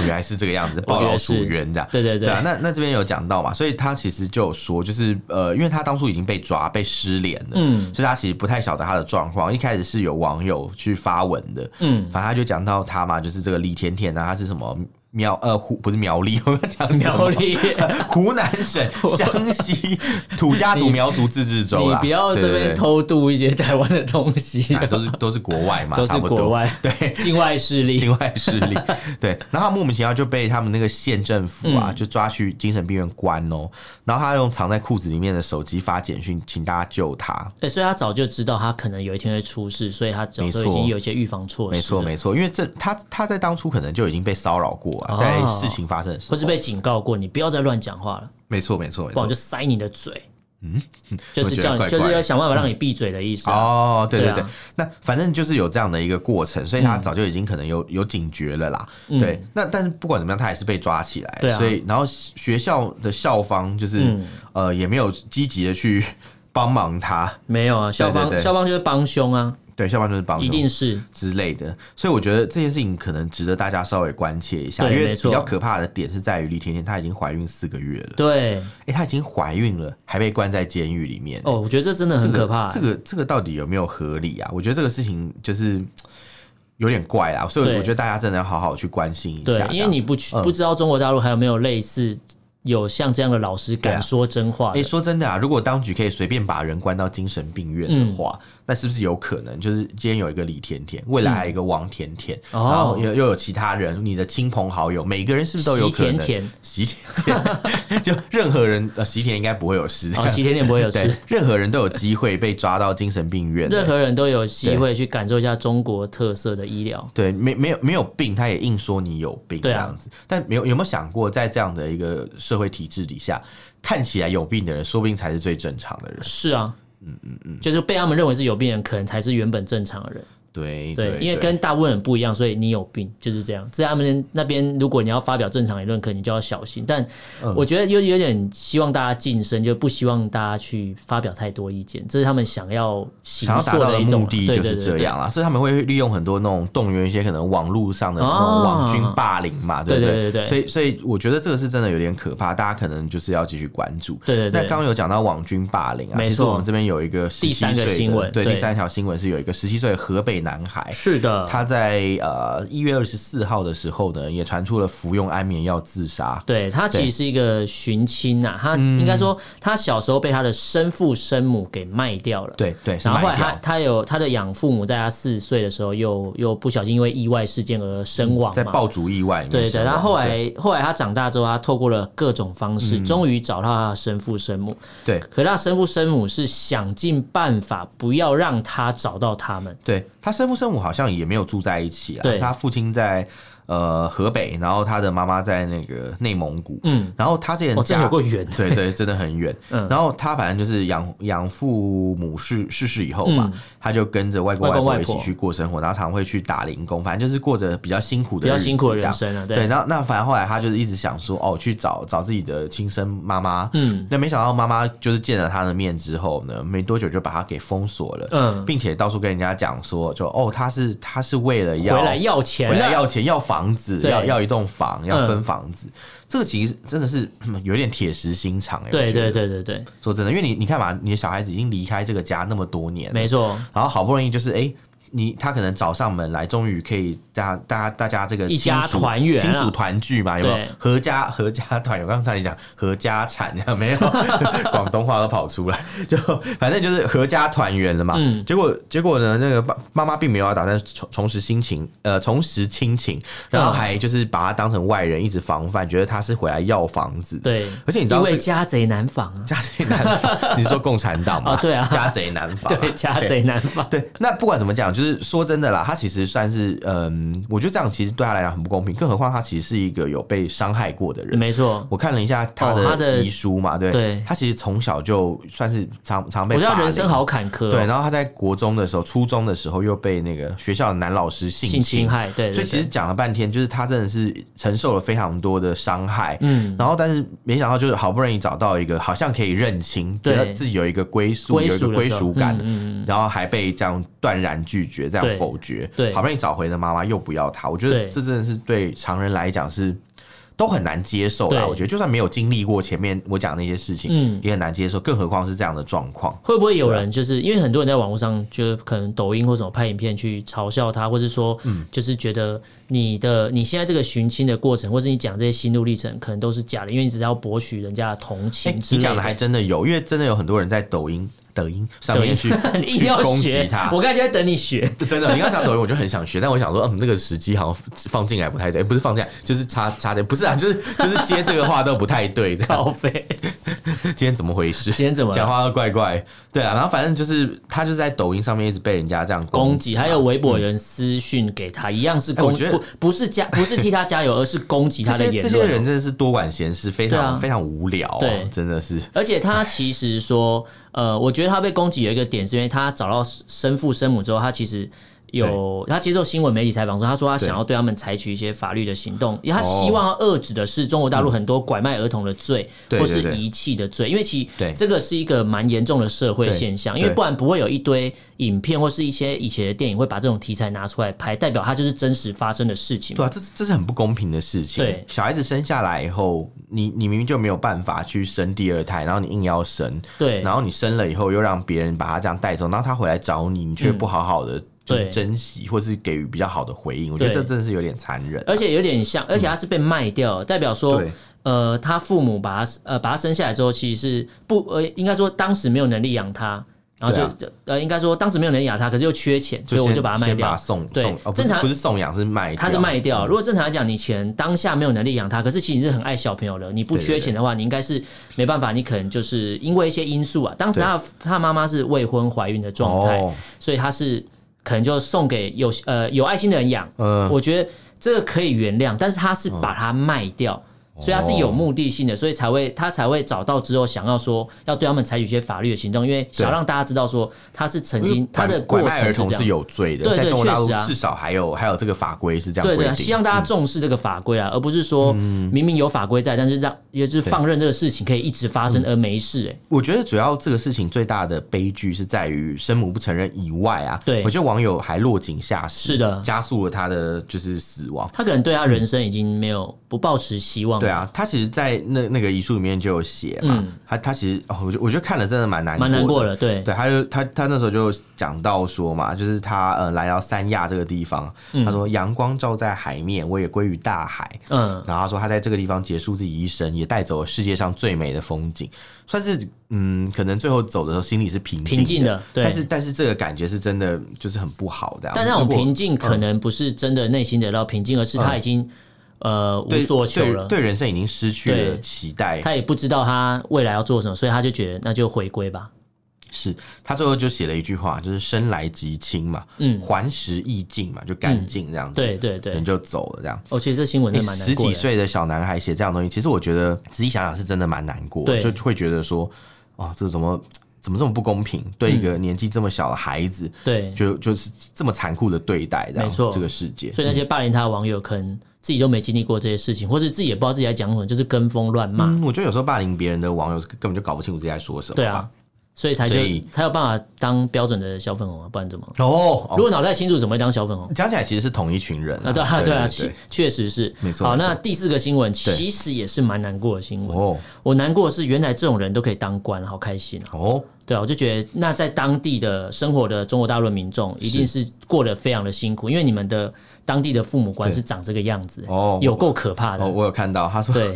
S2: 原来是这个样子，
S1: 我
S2: 报
S1: 觉得
S2: 老
S1: 是
S2: 鼠冤这样。
S1: 对对
S2: 对啊，那那这边有讲到嘛，所以他其实就有说，就是呃，因为他当初已经被抓被失联了，
S1: 嗯
S2: 所以他其实不太晓得他的状况。一开始是有网友去发文的，
S1: 嗯，
S2: 反正他就讲到他嘛，就是这个李甜甜啊，他是什么苗呃湖不是苗栗， 我要讲什么
S1: 苗 栗，
S2: 湖南 省湘西土家族苗族自治州
S1: 你
S2: 啦。
S1: 不要
S2: 对
S1: 这
S2: 对对
S1: 边偷渡一些台湾的东西
S2: 哎，都是都是国外嘛，
S1: 都
S2: 差
S1: 是
S2: 不多
S1: 国外
S2: 对。
S1: 境外势力。
S2: 境外势力，对，然后他莫名其妙就被他们那个县政府啊，
S1: 嗯
S2: 就抓去精神病院关哦。然后他用藏在裤子里面的手机发简讯，请大家救他。
S1: 对，哎所以他早就知道他可能有一天会出事，所以他早
S2: 没
S1: 就
S2: 错
S1: 已经有一些预防措施，
S2: 没错，，没错，因为这他他在当初可能就已经被骚扰过啊，
S1: 哦
S2: 在事情发生的时
S1: 或
S2: 候，
S1: 是被警告过你不要再乱讲话了，
S2: 没错，没错，没
S1: 不然
S2: 错
S1: 我就。塞你的嘴。嗯， 就是叫
S2: 我觉得怪怪
S1: 你，
S2: 的嗯
S1: 就是要想办法让你闭嘴的意思啊。
S2: 哦，对
S1: 对
S2: 对
S1: 啊
S2: 对，那反正就是有这样的一个过程，所以他早就已经可能有有警觉了啦。
S1: 嗯
S2: 对，那但是不管怎么样，他还是被抓起来，
S1: 对啊
S2: 所以然后学校的校方就是、
S1: 嗯
S2: 呃也没有积极的去 帮忙他，
S1: 没有啊，校
S2: 对
S1: 方
S2: 对
S1: 校方就是帮凶啊，
S2: 对，校方就是帮
S1: 一
S2: 助
S1: 定是
S2: 之类的，所以我觉得这件事情可能值得大家稍微关切一下，因
S1: 对
S2: 为
S1: 没
S2: 比
S1: 错
S2: 较可怕的点是在于李甜甜她已经怀孕四个月了，
S1: 对
S2: 哎、她已经怀孕了，还被关在监狱里面，
S1: 哦。我觉得这真的很可怕欸、
S2: 这个这个到底有没有合理啊？我觉得这个事情就是嘖有点怪啊，所以
S1: 对
S2: 我觉得大家真的要好好去关心一下。嗯
S1: 对，因为你不去、不知道中国大陆还有没有类似有像这样的老师
S2: 对啊
S1: 敢说真话
S2: 哎、
S1: 的哦
S2: 诶说真的啊，如果当局可以随便把人关到精神病院的话，
S1: 嗯
S2: 那是不是有可能就是今天有一个李甜甜，未来还有一个王甜甜，
S1: 哦
S2: 然后又又有其他人，你的亲朋好友，每个人是不是都有可能？
S1: 习甜
S2: 习甜甜 就任何人，呃，习甜应该不会有事。
S1: 哦，齐天天不会有
S2: 对
S1: 事，，
S2: 任何人都有机会被抓到精神病院。
S1: 任何人都有机会去感受一下中国特色的医疗。
S2: 对，没没有没有病，他也硬说你有病这
S1: 对啊
S2: 样子。但没有有没有想过，在这样的一个社会体制底下，看起来有病的人，说不定才是最正常的人。
S1: 是啊，嗯嗯嗯，就是被他们认为是有病人，可能才是原本正常的人。
S2: 对
S1: 对，因为跟大部分人不一样，所以你有病就是这样。在他们那边，如果你要发表正常言论，可能你就要小心。但
S2: 嗯
S1: 我觉得有有点希望大家晋升，就不希望大家去发表太多意见，这是他们想要行
S2: 想要达
S1: 做
S2: 到
S1: 的
S2: 的
S1: 一种
S2: 目的
S1: 对
S2: 就
S1: 对
S2: 是
S1: 对
S2: 这
S1: 对
S2: 样啦，所以他们会利用很多那种动员一些可能网络上的那种
S1: 啊
S2: 网军霸凌嘛，对不
S1: 对对对对
S2: 所以所以我觉得这个是真的有点可怕，大家可能就是要继续关注。
S1: 对对对
S2: 那刚刚有讲到网军霸凌啊，
S1: 没
S2: 其实
S1: 错
S2: 我们这边有一个17
S1: 第三个
S2: 岁的
S1: 新闻
S2: 对
S1: 对
S2: 第三条新闻是有一个十七岁的河北男孩。
S1: 是的，
S2: 他在呃一月二十四号的时候呢，也传出了服用安眠药自杀。
S1: 对他其
S2: 对嗯
S1: 实是一个寻亲呐、他应该说他小时候被他的生父生母给卖掉了。。
S2: 对对，是
S1: 然后后
S2: 卖
S1: 来他
S2: 掉，
S1: 他有他的养父母在他四岁的时候又又不小心因为意外事件而身亡
S2: 在
S1: 嘛，
S2: 爆竹意外里面
S1: 对
S2: 身
S1: 对，他
S2: 亡
S1: 后来后来他长大之后，他透过了各种方
S2: 嗯
S1: 式，终于找到他的生父生母。
S2: 对
S1: 可是他生父生母是想尽办法不要让他找到他们。
S2: 对他生父生母好像也没有住在一起啊，
S1: 对
S2: 他父亲在呃河北，然后他的妈妈在那个内蒙古，
S1: 嗯，
S2: 然后他这人
S1: 哦，这
S2: 家、
S1: 有够远。
S2: 对对，真的很远。
S1: 嗯
S2: 然后他反正就是养养父母逝逝世以后嘛，他就跟着外
S1: 嗯
S2: 公
S1: 外公
S2: 婆
S1: 外
S2: 一起
S1: 婆
S2: 去过生活，然后常会去打零工，反正就是过着比较辛苦的
S1: 比较
S2: 日
S1: 辛苦的
S2: 子
S1: 人
S2: 这样
S1: 生啊对
S2: 对，然后那反正后来他就是一直想说，哦，去找找自己的亲生妈妈。
S1: 嗯，
S2: 那没想到妈妈就是见了他的面之后呢，没多久就把他给封锁了。
S1: 嗯
S2: 并且到处跟人家讲说，就哦，他是他是为了要
S1: 回来要钱
S2: 回来
S1: 啊
S2: 要钱，要房子，
S1: 对
S2: 要要一栋房，要
S1: 嗯
S2: 分房子。这个其实真的是嗯有点铁石心肠哎、欸。
S1: 对
S2: 我觉
S1: 对
S2: 得，
S1: 对对对，
S2: 说真的，因为你你看嘛，你的小孩子已经离开这个家那么多年了，
S1: 没错，
S2: 然后好不容易就是哎。诶你他可能找上门来，终于可以大家大家大家这个
S1: 一家
S2: 亲属
S1: 团圆啊
S2: 亲属团聚嘛，有没有
S1: 对？
S2: 合家合家团圆，我刚才你讲合家产，有没 有？广东话都跑出来，就反正就是合家团圆了嘛。
S1: 嗯
S2: 结果结果呢，那个爸妈妈并没有要打算重重拾亲情，呃，重拾亲情，然
S1: 嗯
S2: 后还就是把他当成外人，一直防范，觉得他是回来要房子。，
S1: 对，
S2: 而且你知道
S1: 因
S2: 这
S1: 为
S2: 个
S1: 家贼难防啊，
S2: 家贼难防，你是说共产党吗？
S1: 哦对啊
S2: 家贼难防啊。
S1: 对，家贼难防。
S2: 对，那不管怎么讲，就是说真的啦，他其实算是，嗯，我觉得这样其实对他来讲很不公平，更何况他其实是一个有被伤害过的人。
S1: 没错，
S2: 我看了一下他
S1: 哦他
S2: 的
S1: 的
S2: 遗书嘛，对，
S1: 对
S2: 他其实从小就算是常常被
S1: 我知
S2: 霸
S1: 道
S2: 凌，
S1: 人生好坎坷哦，
S2: 对，然后他在国中的时候，初中的时候又被那个学校的男老师性
S1: 性侵
S2: 侵，
S1: 害，对，对
S2: 所以其
S1: 对
S2: 实讲了半天，就是他真的是承受了非常多的伤害，
S1: 嗯，
S2: 然后，但是没想到，就是好不容易找到一个好像可以认清，觉
S1: 对
S2: 得自己有一个归宿，
S1: 归
S2: 有一个
S1: 属的
S2: 归
S1: 时候
S2: 属感，
S1: 嗯
S2: 然后还被这样断然拒绝，这
S1: 对
S2: 样否决。
S1: 对
S2: 好不容易找回的妈妈又不要他，我觉得
S1: 对
S2: 这真的是对常人来讲是都很难接受啦。
S1: 对
S2: 我觉得就算没有经历过前面我讲的那些事情，
S1: 嗯
S2: 也很难接受，更何况是这样的状况。
S1: 会不会有
S2: 啊
S1: 人就是因为很多人在网络上，就可能抖音或什么拍影片去嘲笑他，或是说，
S2: 嗯
S1: 就是觉得你的你现在这个寻亲的过程，或是你讲这些心路历程，可能都是假的，因为你只是要博取人家的同
S2: 哎、
S1: 情之
S2: 你
S1: 类
S2: 讲的还真的有，因为真的有很多人在抖音、抖音上面去
S1: 你硬
S2: 去
S1: 要
S2: 攻
S1: 学
S2: 击他，，
S1: 我刚才就在等你学。
S2: 真的，你刚讲抖音，我就很想学，但我想说，嗯，那个时机好像放进来不太对，不是放进来，就是插插着，不是啊，就是就是接这个话都不太对，这样。
S1: 报废，
S2: 今天怎么回事？
S1: 今天怎么了
S2: 讲话都怪怪？对啊，然后反正就是他就是在抖音上面一直被人家这样
S1: 攻
S2: 击
S1: 击，
S2: 嘛，
S1: 还有微博有人私讯给他，一样是
S2: 哎我
S1: 攻，
S2: 觉得
S1: 不不是加不是替他加油，而是攻击
S2: 这
S1: 他的
S2: 些
S1: 言
S2: 这
S1: 论。哦
S2: 些人真的是多管闲事，非常、
S1: 对啊
S2: 非常无聊、啊，
S1: 对
S2: 真的是。
S1: 而且他其实说，呃，我觉得他被攻击有一个点，是因为他找到生父生母之后，他其实有他接受新闻媒体采访说，他说他想要对他们采取一些法律的行动，因为他希望要遏制的是中国大陆很多拐卖儿童的罪，
S2: 哦嗯对
S1: 或
S2: 对对
S1: 是遗弃的罪，因为其
S2: 对
S1: 这个是一个蛮严重的社会现象，
S2: 对
S1: 因为不然不会有一堆影片或是一些以前的电影会把这种题材拿出来拍，代表它就是真实发生的事情嘛
S2: 对。啊，这是这是很不公平的事情。
S1: 对
S2: 小孩子生下来以后，你你明明就没有办法去生第二胎，然后你硬要生，
S1: 对
S2: 然后你生了以后又让别人把他这样带走，然后他回来找你，你却不好好的就是
S1: 嗯对
S2: 珍惜，或是给予比较好的回应，我觉得
S1: 对
S2: 这真的是有点残忍。
S1: 而且有点像，而且他是被卖掉，代表说
S2: 啊嗯对，
S1: 呃，他父母把他呃把他生下来之后，其实是不呃，应该说当时没有能力养他，然后
S2: 啊
S1: 就、就呃，应该说当时没有能力养他，可是又缺钱，所以我
S2: 先
S1: 就把他卖
S2: 先把
S1: 掉
S2: 他。送
S1: 对
S2: 送，哦不是
S1: 正常
S2: 不是送养是卖掉，嗯
S1: 他是卖掉。如果正常来讲，你钱当下没有能力养他，可是其实你是很爱小朋友的，你不
S2: 对对
S1: 缺钱的话，你应该是没办法，你可能就是因为一些因素啊，当时他他妈妈是未婚怀孕的状态，
S2: 哦
S1: 所以他是可能就送给有呃有爱心的人养。
S2: 嗯
S1: 我觉得这个可以原谅，但是他是把它卖掉。
S2: 哦
S1: 所以他是有目的性的，所以才会他才会找到之后想要说要对他们采取一些法律的行动，因为想
S2: 对
S1: 让大家知道说他是曾经他的过程
S2: 拐卖儿
S1: 是
S2: 童
S1: 这
S2: 是
S1: 样。
S2: 有罪的，
S1: 对对
S2: 在中国大陆
S1: 确实啊
S2: 至少还有还有这个法规是这样
S1: 对
S2: 规
S1: 对啊，
S2: 定。嗯
S1: 希望大家重视这个法规啊，而不是说明明有法规在，但是让也就是放任这个事情可以一直发生而没事。哎，
S2: 我觉得主要这个事情最大的悲剧是在于生母不承认以外啊，
S1: 对
S2: 我觉得网友还落井下石，
S1: 是的
S2: 加速了他的就是死亡。
S1: 他可能对他人生已经没有不抱持希望，
S2: 对，啊，他其实，在那那个遗书里面就有写嘛，
S1: 嗯
S2: 他他其实，哦我觉得我觉得看了真的蛮难
S1: 蛮难
S2: 过
S1: 过
S2: 的。
S1: 的。对，
S2: 对，他就他他那时候就讲到说嘛，就是他呃来到三亚这个地方，他说阳光照在海面，我也归于大海。
S1: 嗯，
S2: 然后他说他在这个地方结束自己一生，也带走了世界上最美的风景，算是嗯，可能最后走的时候心里是平
S1: 平静
S2: 的。
S1: 的，对
S2: 但。是但是这个感觉是真的，就是很不好的。啊
S1: 但那种
S2: 如果
S1: 平静可能不是真的内心
S2: 嗯
S1: 得到平静，而是他已经呃无
S2: 对
S1: 所求
S2: 对
S1: 了，
S2: 嗯对人生已经失去了
S1: 对
S2: 期待。
S1: 他也不知道他未来要做什么，所以他就觉得那就回归吧。
S2: 是他最后就写了一句话，就是生来即亲嘛，
S1: 嗯
S2: 还时亦尽嘛，就干净这样子，
S1: 对对对
S2: 人，就走了这样。
S1: 哦，其实这新闻真
S2: 欸
S1: 的蛮
S2: 十
S1: 难过
S2: 几
S1: 的。
S2: 岁的小男孩写这样的东西，其实我觉得仔细想想是真的蛮难过的，
S1: 对
S2: 就会觉得说，哦，这怎么怎么这么不公平？对一个
S1: 嗯
S2: 年纪这么小的孩子，
S1: 对，
S2: 就就是这么残酷的对待，这样
S1: 没错
S2: 这个世界。
S1: 所以那些霸凌他的网友可能自己都没经历过这些事情，或者自己也不知道自己在讲什么，就是跟风乱骂。
S2: 嗯，我觉得有时候霸凌别人的网友是根本就搞不清楚自己在说什么。
S1: 对啊，，所以才就
S2: 所以
S1: 才有办法当标准的小粉红啊，不然怎么？
S2: 哦，
S1: 如
S2: 哦
S1: 果脑袋清楚，怎么会当小粉红？
S2: 讲起来其实是同一群人
S1: 啊，对啊，对啊，确
S2: 对
S1: 确实是，
S2: 没错
S1: 好，
S2: 没错
S1: 那第四个新闻其实也是蛮难过的新闻。
S2: 哦
S1: 我难过的是，原来这种人都可以当官，好开心啊！
S2: 哦，
S1: 对啊，我就觉得那在当地的生活的中国大陆的民众一定是过得非常的辛苦，因为你们的当地的父母官
S2: 对
S1: 是长这个样子、
S2: 哦
S1: 有够可怕的。
S2: 哦，我有看到他说。
S1: 对，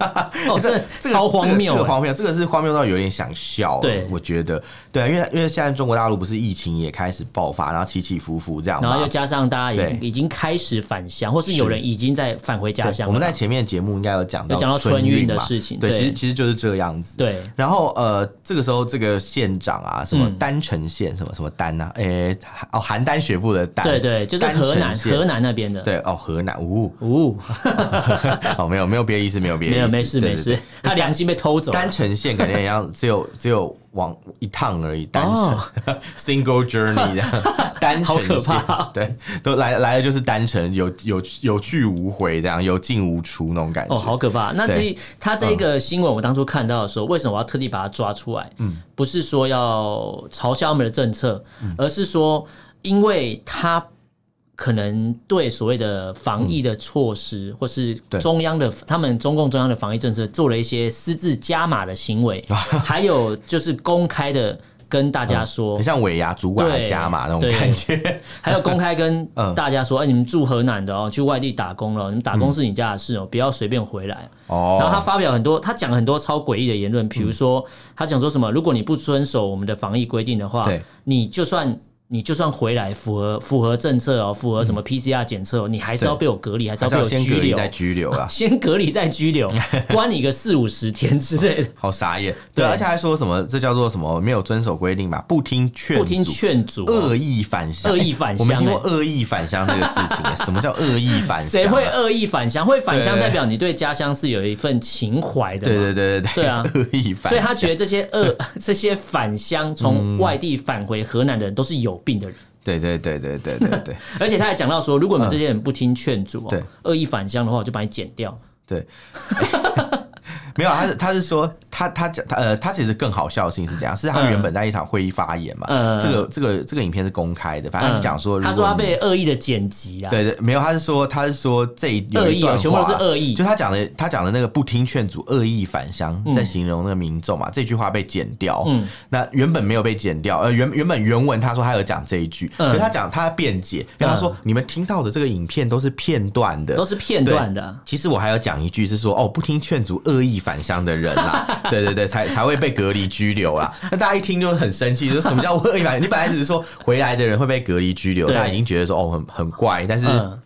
S1: 哦，这
S2: 这个
S1: 超荒谬、
S2: 这个
S1: 欸。
S2: 荒谬，这个是荒谬到有点想笑。
S1: 对
S2: 我觉得，对啊，因为因为现在中国大陆不是疫情也开始爆发，然后起起伏伏这样嘛。
S1: 然后又加上大家已
S2: 对
S1: 已经开始返乡，或是有人已经在返回家乡了。
S2: 对我们在前面节目应该有讲到
S1: 有讲到春
S2: 运
S1: 运
S2: 嘛
S1: 的事情
S2: 对，
S1: 对
S2: 其实其实就是这样子。。
S1: 对嗯
S2: 然后呃，这个时候这个县长啊，什么丹城县什么什么丹呐、啊，诶、哦，邯郸学部的丹，
S1: 对对，就是
S2: 丹城
S1: 河南
S2: 县
S1: 河南那边的。
S2: 对哦，河南，呜、
S1: 哦，
S2: 哦，没有没有别的意思，没有别的
S1: 没
S2: 意思，
S1: 有没事
S2: 对
S1: 没。
S2: 对
S1: 事
S2: 对，
S1: 他良心被偷走了。
S2: 单程线感觉一样，只有只有往一趟而已，单程、
S1: 哦
S2: single journey 这 样，单程
S1: 好可
S2: 线
S1: 怕哦
S2: 对，都来来了就是单程，有有有去无回这样，有进无出那种感觉。
S1: 哦，好可怕！那
S2: 对嗯
S1: 至于他这个新闻，我当初看到的时候，为什么我要特地把它抓出来？嗯，不是说要嘲笑他们的政策，
S2: 嗯
S1: 而是说，因为他可能对所谓的防疫的措施，或是
S2: 嗯对
S1: 中央的他们中共中央的防疫政策，做了一些私自加码的行 为，还有就是公开的跟大家说
S2: 很，像尾牙主管的
S1: 对
S2: 加码那种
S1: 对
S2: 感觉，
S1: 还有公开跟
S2: 嗯
S1: 大家说，哎，你们住河南的哦，去外地打工了哦，你们打工是你家的事哦，不要随便回来。
S2: 哦，
S1: 然后他发表很多，他讲了很多超诡异的言论，比如说他讲说什么，如果你不遵守我们的防疫规定的话
S2: 对，
S1: 你就算你就算回来符合符合政策哦，符合什么 PCR 检测哦，你还是要被我隔离，还是
S2: 还
S1: 要
S2: 是
S1: 被
S2: 要
S1: 我
S2: 先
S1: 拘
S2: 隔离
S1: 留，，
S2: 再拘留 啊
S1: 先隔离再拘留， 关你个四五十天之类的，
S2: 好傻眼。对，
S1: 对
S2: 而且还说什么这叫做什么没有遵守规定嘛，不听劝
S1: 不听
S2: 阻
S1: 劝阻哦、
S2: 恶意返乡，
S1: 恶意返乡
S2: 我没听
S1: 欸
S2: 过恶意返乡这个事情欸，什么叫恶意返乡啊？
S1: 谁会恶意返乡？会返乡
S2: 对
S1: 代表你对家乡是有一份情怀的嘛，
S2: 对对对对对，
S1: 对啊
S2: 恶意返乡，嗯
S1: 所以他觉得这些恶 这些返乡从外地返回河南的人都是有病的人。
S2: 对对对对对对 对
S1: 而且他还讲到说，如果你们这些人不听劝阻、
S2: 嗯对
S1: 哦，恶意返乡的话，我就把你剪掉。
S2: 对。 没有，他是他是说他他讲他呃他其实更好笑的事情是这样，是他
S1: 嗯
S2: 原本在一场会议发言嘛，
S1: 嗯
S2: 这个这个这个影片是公开的，反正他就讲说，
S1: 他说他
S2: 如啊果你
S1: 被恶意的剪辑啊啦，
S2: 对对没有，他是说他是说这一有
S1: 恶
S2: 一
S1: 意啊，
S2: 段
S1: 全部都
S2: 话
S1: 是恶意
S2: 就。他讲的，他讲的那个不听劝阻、恶意返乡，在形容那个民众嘛，这句话被剪掉。嗯
S1: 嗯，
S2: 那原本没有被剪掉，呃，原原本原文他说他有讲这一句，
S1: 嗯
S2: 可是他讲他辩解，然后他说、你们听到的这个影片都是片段的，
S1: 都是片段的啊，
S2: 其实我还有讲一句是说，哦，不听劝阻、恶意返乡的人 啦，对对对，才才会被隔离拘留啦。那大家一听就很生气，说什么叫恶意返乡？你本来只是说回来的人会被隔离拘留，大
S1: 对
S2: 家已经觉得说哦，很很怪，但是
S1: 嗯，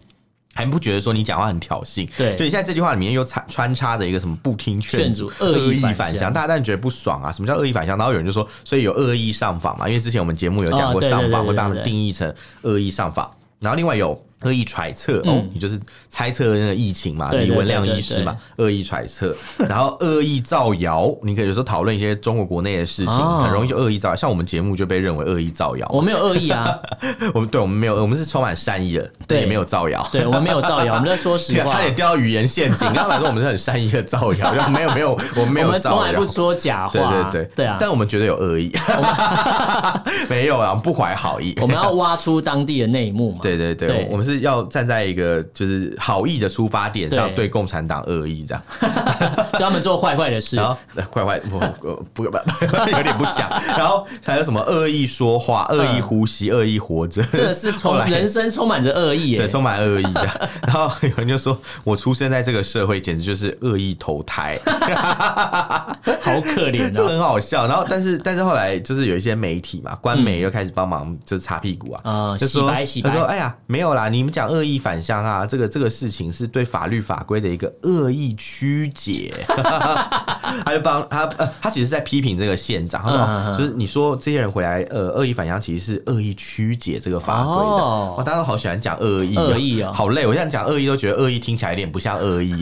S2: 还不觉得说你讲话很挑衅。
S1: 对
S2: 就你现在这句话里面又掺穿插着一个什么不听劝阻、
S1: 劝阻恶意反
S2: 反
S1: 向
S2: 大家当然觉得不爽啊。什么叫恶意反向？然后有人就说，所以有恶意上访嘛，因为之前我们节目有讲
S1: 哦
S2: 过
S1: 对对
S2: 上访
S1: 对对
S2: 会把他们
S1: 对对
S2: 定义成恶意上访，然后另外有。恶意揣测、哦，你就是猜测那个疫情嘛，
S1: 嗯对对
S2: 李文亮
S1: 对对
S2: 医师嘛，恶意揣测，然后恶意造谣。你可以有时候讨论一些中国国内的事情，
S1: 哦
S2: 很容易就恶意造谣。像我们节目就被认为恶意造谣，
S1: 我没有恶意啊，
S2: 我们对我们没有，我们是充满善意的，
S1: 对
S2: 也没有造谣。
S1: 对我们没有造谣，我们在说实
S2: 对啊
S1: 话
S2: 差，点掉到语言陷阱。刚刚来说我们是很善意的造谣，然后没有没有，我们没
S1: 我
S2: 有
S1: 们从
S2: 造
S1: 来
S2: 谣
S1: 不。说假
S2: 对
S1: 话，
S2: 对对
S1: 对啊，
S2: 但我们觉得有恶意， 没有啊，我们不怀好 意。
S1: 我们要挖出当地的内幕嘛，
S2: 对对对，
S1: 对
S2: 我我们是要站在一个就是好意的出发点上
S1: 对
S2: 对共产党恶意这样，
S1: 对他们做坏坏的事
S2: 然，后呃坏坏我我不不有点不想，然后还有什么恶意说话、恶意呼吸、恶意活着，
S1: 真的是充
S2: 后来
S1: 人生充满着恶意耶
S2: 对，，充满恶意的。然后有人就说：“我出生在这个社会，简直就是恶意投胎。”
S1: 好可怜
S2: 这
S1: 哦。
S2: 很好笑。然后，但是但是后来就是有一些媒体嘛，官媒又开始帮忙就是擦屁股啊，
S1: 啊
S2: 就说
S1: 嗯洗白洗白
S2: 他说：“哎呀，没有啦，你们讲恶意反向啊，这个这个事情是对法律法规的一个恶意曲 解。”他就帮他、呃，他其实在批评这个县长，他说、
S1: 嗯嗯嗯
S2: 就是你说这些人回来呃恶意反向，其实是恶意曲解这个法规的。
S1: 哦
S2: 哇，大家都好喜欢讲恶意、啊，
S1: 恶意哦
S2: 好累。我现在讲恶意都觉得恶意听起来有点不像恶意，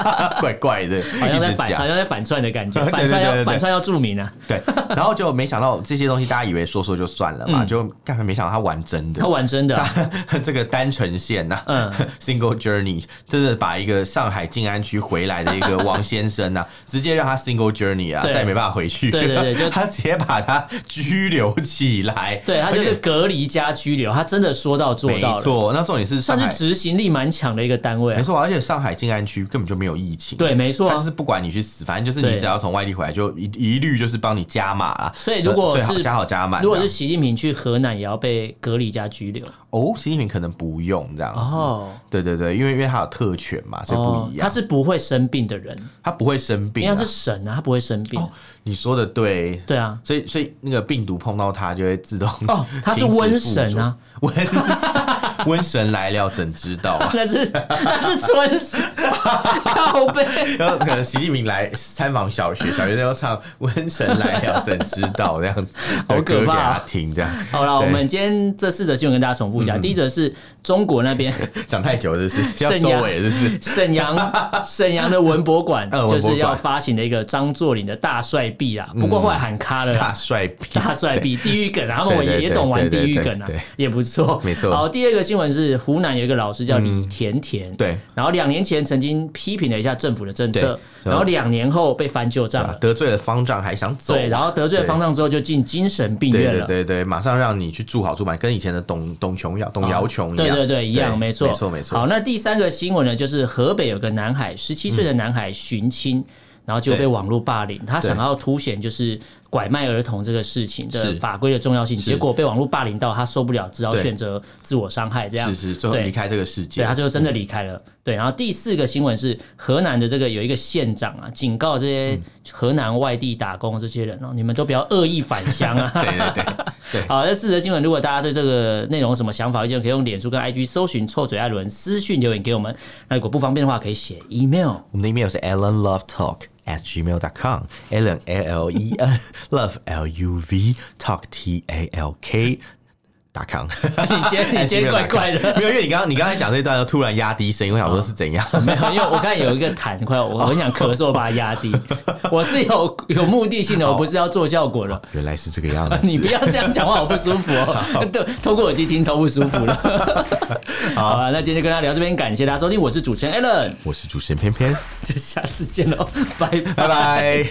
S2: 怪怪的，
S1: 好
S2: 一
S1: 像在
S2: 直
S1: 反，
S2: 讲
S1: 好。像在反串的感觉
S2: 对，对
S1: 反串
S2: 对对
S1: 要
S2: 对
S1: 反串要注明啊，
S2: 对，然后就没想到这些东西，大家以为说说就算了嘛，
S1: 嗯
S2: 就干嘛没想到他玩真的
S1: 他。玩真的啊，
S2: 这个单程线呐、
S1: 嗯
S2: s i n g l e Journey 真的把一个上海静安区回来的一个王先生呐、直接让他 Single Journey 啊，
S1: 对
S2: 再也没办法回去。
S1: 对对对就
S2: 他直接把他拘留起来。
S1: 对他就
S2: 而
S1: 是
S2: 且
S1: 隔离加拘留，他真的说到做
S2: 没
S1: 到了，
S2: 错。那重点是上
S1: 算
S2: 海
S1: 是，执行力蛮强的一个单位
S2: 没
S1: 啊。
S2: 错，而且上海静安区根本就没有疫情。
S1: 对，没错
S2: 他就
S1: 啊
S2: 是。不管你去死，反正就是你
S1: 对
S2: 只要从外地回来，就一一律就是帮你加码啦。
S1: 所以如果
S2: 最好
S1: 是
S2: 加好加满这样，
S1: 如果是习近平去河南，也要被隔离加拘留
S2: 哦，习近平可能不用这样子。
S1: 哦。
S2: 对对对，因为因为他有特权嘛，所以不一样。
S1: 他是不会生病的人，
S2: 他不会生病、
S1: 因
S2: 啊
S1: 为他。是神啊，他不会生病。
S2: 哦，你说的对。
S1: 对啊，
S2: 所以，所以那个病毒碰到他就会自动
S1: 哦他是
S2: 停止
S1: 瘟
S2: 附
S1: 神啊
S2: 着，瘟神 瘟神来了怎知 道啊？
S1: 那是那是春 神，靠背。
S2: 然后可能习近平来参访小学，小学生要唱《瘟神来了怎知道》这样子
S1: 好
S2: 的歌
S1: 可
S2: 给
S1: 怕啊
S2: 他听，这样
S1: 好了，
S2: 对嗯
S1: 我们今天这四则新闻跟大家重复一下。第一则是中国 那边
S2: 讲太久了是不是要
S1: 圣
S2: 收
S1: 雅
S2: 尾了是不是？
S1: 沈阳沈阳的文博馆，
S2: 嗯文博
S1: 就
S2: 馆
S1: 是要发行的一个张作霖的大帅币啊，不过后来喊卡了啦
S2: 大。帅逼，
S1: 大帅
S2: 对，
S1: 币地狱梗啊，他们我
S2: 对对
S1: 也
S2: 对
S1: 也懂玩
S2: 对
S1: 地
S2: 对
S1: 狱
S2: 对
S1: 梗啊
S2: 对，
S1: 也不错，
S2: 没错嗯
S1: 好，第二个新闻是湖南有一个老师叫李甜甜，
S2: 对，
S1: 然后两年前曾经批评了一下政府的政策
S2: 对，
S1: 然后两年后被翻旧账了，
S2: 啊得罪了方丈还想走啊，
S1: 对，然后得罪了
S2: 对
S1: 方丈之后就进精神病
S2: 对
S1: 院
S2: 对
S1: 了。
S2: 对对，马上让你去住好住满，跟以前的董董琼要董瑶琼一
S1: 对
S2: 样，
S1: 啊对对，一样，没错，
S2: 没错没错
S1: 好，。那第三个新闻呢，就是河北有个男孩，十七岁的男孩寻亲，然后就被
S2: 对
S1: 网络霸凌，他想要凸显就是拐卖儿童这个事情的
S2: 是
S1: 法规的重要性，结果被网络霸凌到他受不了，只好
S2: 对
S1: 选择自我伤害，这样
S2: 是是，最后
S1: 对
S2: 离开这个世
S1: 对，
S2: 界
S1: 他，就真的离开了。对，然后第四个新闻是河南的这个有一个县长啊，警告这些河南外地打工的这些人哦，你们都不要恶意返乡 啊。
S2: 对对对，
S1: 好，那四则新闻，如果大家对这个内容有什么想法、意见，可以用脸书跟 IG 搜寻“臭嘴艾伦”，私讯留言给我们。那如果不方便的话，可以写 email。
S2: 我们的 email 是 alan love talk at gmail dot com alan a l e n love l u v talk t a l k 打 com。
S1: 你今 天你今天怪怪的，
S2: 没有，因为你刚刚你刚才讲这段，突然压低声音，我想说是怎样？
S1: 哦没有， 因为我刚才有一个痰 快要，我很想咳嗽，把它压 低。我是有有目的性的，我不是要做效果的。
S2: 原来是这个样子。
S1: 你不要这样讲话，我不舒服 哦。对，透过耳机听超不舒服了。 好啊，那今天就跟大家聊这边，感谢大 家收听，我是主持人 Allen，
S2: 我是主持人偏偏，
S1: 就下次见喽，拜拜。
S2: 拜拜。